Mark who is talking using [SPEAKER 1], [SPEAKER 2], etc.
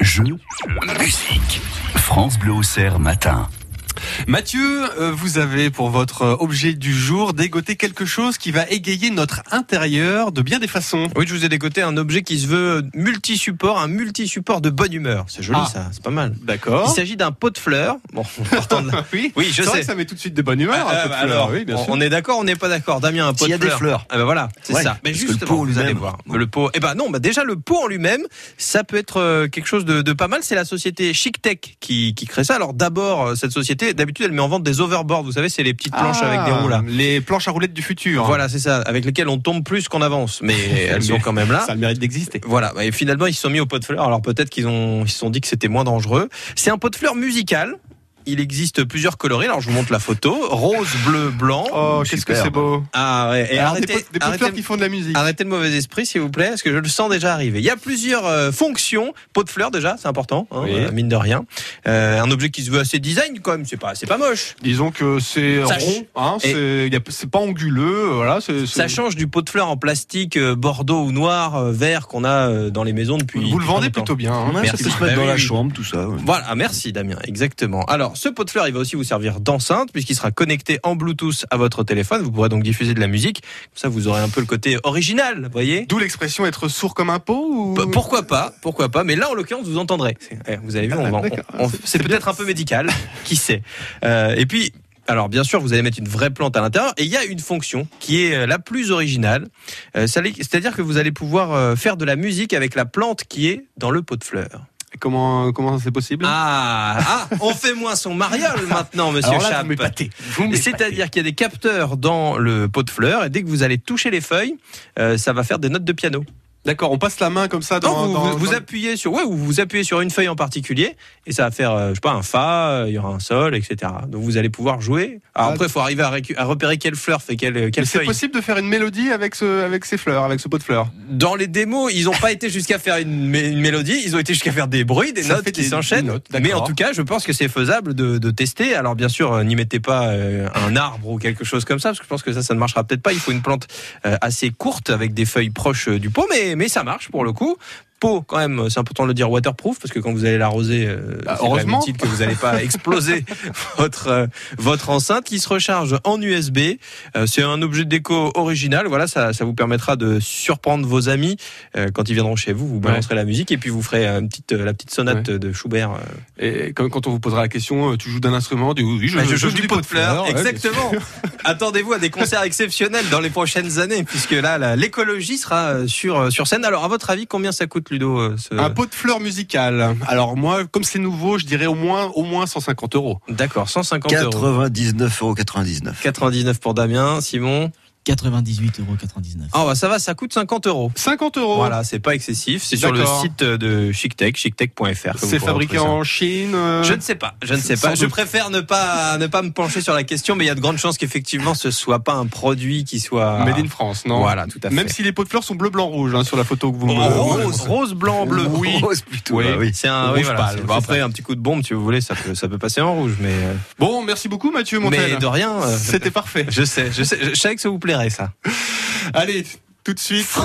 [SPEAKER 1] Jeu, musique, France Bleu Auxerre matin.
[SPEAKER 2] Mathieu, euh, vous avez pour votre euh, objet du jour dégoté quelque chose qui va égayer notre intérieur de bien des façons.
[SPEAKER 3] Oui, je vous ai décoté un objet qui se veut multi-support, un multi-support de bonne humeur. C'est joli
[SPEAKER 2] Ah.
[SPEAKER 3] ça, c'est pas mal. Il
[SPEAKER 2] D'accord.
[SPEAKER 3] s'agit d'un pot de fleurs. Bon, partant de là.
[SPEAKER 2] Oui,
[SPEAKER 3] Oui, je
[SPEAKER 2] c'est vrai
[SPEAKER 3] sais.
[SPEAKER 2] que ça met tout de suite de bonne humeur. un
[SPEAKER 3] Euh,
[SPEAKER 2] peu de fleurs,
[SPEAKER 3] alors,
[SPEAKER 2] oui, bien
[SPEAKER 3] on-
[SPEAKER 2] sûr.
[SPEAKER 3] on est d'accord, on n'est pas d'accord. Damien, un pot
[SPEAKER 1] S'il y a
[SPEAKER 3] de
[SPEAKER 1] des
[SPEAKER 3] fleurs.
[SPEAKER 1] fleurs.
[SPEAKER 3] Ah ben voilà, c'est
[SPEAKER 1] Ouais,
[SPEAKER 3] ça. Mais
[SPEAKER 1] parce que
[SPEAKER 3] justement,
[SPEAKER 1] le pot
[SPEAKER 3] vous allez
[SPEAKER 1] lui-même.
[SPEAKER 3] voir. Le pot. Eh ben non, bah déjà le pot en lui-même, ça peut être euh, quelque chose de, de pas mal. C'est la société Chic Tech qui, qui crée ça. Alors d'abord, euh, cette société, d'habitude, elle met en vente des overboards. Vous savez, c'est les petites planches avec des roues là.
[SPEAKER 2] Ah, Les planches à roulettes du futur.
[SPEAKER 3] Voilà, c'est ça, avec lesquelles on tombe plus qu'on avance, mais elles sont quand même là.
[SPEAKER 2] Ça a le mérite d'exister.
[SPEAKER 3] Voilà, et finalement ils se sont mis au pot de fleurs, alors peut-être qu'ils ont ils se sont dit que c'était moins dangereux. C'est un pot de fleurs musical. Il existe plusieurs colorés, alors je vous montre la photo, rose, bleu, blanc.
[SPEAKER 2] Oh, qu'est-ce que
[SPEAKER 1] Superbe.
[SPEAKER 2] c'est beau.
[SPEAKER 3] Ah ouais, et
[SPEAKER 2] Alors,
[SPEAKER 3] arrêtez,
[SPEAKER 2] des potes- des potes
[SPEAKER 3] arrêtez-
[SPEAKER 2] fleurs qui font de la musique.
[SPEAKER 3] arrêtez le mauvais esprit s'il vous plaît, parce que je le sens déjà arriver. Il y a plusieurs euh, fonctions, pot de fleurs déjà, c'est important, hein,
[SPEAKER 2] Oui.
[SPEAKER 3] voilà, mine de rien. Euh, un objet qui se veut assez design quand même, c'est pas c'est pas moche.
[SPEAKER 2] Disons que c'est
[SPEAKER 3] Ça
[SPEAKER 2] rond, hein,
[SPEAKER 3] et-
[SPEAKER 2] c'est y a- c'est pas anguleux, euh, voilà. c'est- c'est-
[SPEAKER 3] Ça change du pot de fleurs en plastique euh, bordeaux ou noir, euh, vert qu'on a euh, dans les maisons depuis.
[SPEAKER 2] Vous le
[SPEAKER 3] depuis
[SPEAKER 2] vendez
[SPEAKER 3] longtemps.
[SPEAKER 2] plutôt bien. hein.
[SPEAKER 1] Ouais,
[SPEAKER 3] Merci.
[SPEAKER 1] Ça peut se mettre
[SPEAKER 3] Bah
[SPEAKER 1] dans
[SPEAKER 3] oui,
[SPEAKER 1] la
[SPEAKER 3] oui.
[SPEAKER 1] chambre, tout ça. ouais.
[SPEAKER 3] Voilà, ah, merci Damien, exactement. Alors, ce pot de fleurs, il va aussi vous servir d'enceinte puisqu'il sera connecté en Bluetooth à votre téléphone. Vous pourrez donc diffuser de la musique. Comme ça, vous aurez un peu le côté original, voyez
[SPEAKER 2] D'où Bah, l'expression être sourd comme un pot ou...
[SPEAKER 3] P- Pourquoi pas Pourquoi pas Mais là, en l'occurrence, vous entendrez. C'est- eh, Vous avez vu, on va- on-
[SPEAKER 2] d'accord.
[SPEAKER 3] on- c'est peut-être un peu médical, qui sait. Euh, et puis, alors bien sûr, vous allez mettre une vraie plante à l'intérieur. Et il y a une fonction qui est euh, la plus originale. Euh, ça allait- C'est-à-dire que vous allez pouvoir euh, faire de la musique avec la plante qui est dans le pot de fleurs.
[SPEAKER 2] Comment comment c'est possible
[SPEAKER 3] Ah, ah, on fait moins son mariole maintenant, monsieur
[SPEAKER 2] Alors là,
[SPEAKER 3] Chap.
[SPEAKER 2] vous m'épatez. Vous m'épatez.
[SPEAKER 3] C'est-à-dire qu'il y a des capteurs dans le pot de fleurs et dès que vous allez toucher les feuilles, euh, ça va faire des notes de piano.
[SPEAKER 2] D'accord, on passe la main comme ça dans.
[SPEAKER 3] Non, vous,
[SPEAKER 2] dans-
[SPEAKER 3] vous- vous
[SPEAKER 2] dans-
[SPEAKER 3] appuyez sur ouais, ou vous appuyez sur une feuille en particulier et ça va faire euh, je sais pas un fa, euh, il y aura un sol, etc. Donc vous allez pouvoir jouer. Alors
[SPEAKER 2] Ah.
[SPEAKER 3] après, il faut arriver à, récu- à repérer quelle fleur fait quelle, euh,
[SPEAKER 2] Mais
[SPEAKER 3] quelle
[SPEAKER 2] C'est
[SPEAKER 3] feuille.
[SPEAKER 2] possible de faire une mélodie avec ce avec ces fleurs, avec ce pot de fleurs.
[SPEAKER 3] Dans les démos, ils n'ont pas été jusqu'à faire une, mé- une mélodie, ils ont été jusqu'à faire des bruits, des
[SPEAKER 2] Ça
[SPEAKER 3] notes
[SPEAKER 2] fait
[SPEAKER 3] qui
[SPEAKER 2] des- des
[SPEAKER 3] s'enchaînent.
[SPEAKER 2] notes, d'accord.
[SPEAKER 3] Mais en tout cas, je pense que c'est faisable de, de tester. Alors bien sûr, euh, n'y mettez pas euh, un arbre ou quelque chose comme ça, parce que je pense que ça, ça ne marchera peut-être pas. Il faut une plante euh, assez courte avec des feuilles proches euh, du pot, mais, mais ça marche pour le coup. Pot, quand même, c'est important de le dire waterproof parce que quand vous allez l'arroser, euh,
[SPEAKER 2] Bah,
[SPEAKER 3] c'est quand même
[SPEAKER 2] heureusement.
[SPEAKER 3] utile que vous n'allez pas exploser votre euh, votre enceinte qui se recharge en USB. Euh, c'est un objet de déco original. Voilà, ça, ça vous permettra de surprendre vos amis euh, quand ils viendront chez vous. Vous balancerez la musique et puis vous ferez euh, une petite, euh, la petite sonate euh, de Schubert. euh.
[SPEAKER 2] Et quand, quand on vous posera la question, euh, tu joues d'un instrument, du oui, je,
[SPEAKER 3] Bah,
[SPEAKER 2] je
[SPEAKER 3] joue
[SPEAKER 2] du pot de fleurs. ouais,
[SPEAKER 3] Exactement. Attendez-vous à des concerts exceptionnels dans les prochaines années puisque là, la- l'écologie sera euh, sur euh, sur scène. Alors, à votre avis, combien ça coûte, Ludo euh, ce-
[SPEAKER 2] Un pot de fleurs musical. Alors moi, comme c'est nouveau, je dirais au moins au moins 150 euros.
[SPEAKER 3] D'accord, 150 euros.
[SPEAKER 1] 99,99
[SPEAKER 3] 99 pour Damien, Simon.
[SPEAKER 4] 98,99€.
[SPEAKER 3] Ah bah ça va, ça coûte 50 euros.
[SPEAKER 2] 50 euros.
[SPEAKER 3] Voilà, c'est pas excessif. C'est sur le
[SPEAKER 2] Oh. D'accord.
[SPEAKER 3] site euh, de ChicTech, chictech.fr. que vous pourrez
[SPEAKER 2] C'est fabriqué
[SPEAKER 3] retrouver ça.
[SPEAKER 2] en Chine. euh,
[SPEAKER 3] Je ne sais pas, je ne sais pas.
[SPEAKER 2] Sans
[SPEAKER 3] Je
[SPEAKER 2] doute.
[SPEAKER 3] préfère ne pas ne pas me pencher sur la question, mais il y a de grandes chances qu'effectivement ce soit pas un produit qui soit.
[SPEAKER 2] Made in France, non
[SPEAKER 3] Voilà, tout à fait.
[SPEAKER 2] Même si les pots de fleurs sont bleu, blanc, rouge hein, sur la photo que vous
[SPEAKER 3] Oh,
[SPEAKER 2] me vous me
[SPEAKER 3] rose,
[SPEAKER 2] montrez.
[SPEAKER 3] rose, blanc, bleu.
[SPEAKER 1] Oui. Rose plutôt,
[SPEAKER 3] Oh, Oui,
[SPEAKER 1] bah oui.
[SPEAKER 3] c'est un
[SPEAKER 2] Rouge
[SPEAKER 3] oui, voilà,
[SPEAKER 2] pâle,
[SPEAKER 3] c'est-
[SPEAKER 2] oui,
[SPEAKER 3] bon,
[SPEAKER 2] c'est
[SPEAKER 3] après un petit coup de bombe, si vous voulez, ça peut ça peut passer en rouge, mais euh,
[SPEAKER 2] Bon, merci beaucoup Mathieu
[SPEAKER 3] mais
[SPEAKER 2] Montel.
[SPEAKER 3] de rien. euh,
[SPEAKER 2] C'était parfait.
[SPEAKER 3] Je sais, je sais, je je savais que ça vous plairait ça.
[SPEAKER 2] Allez, tout de suite.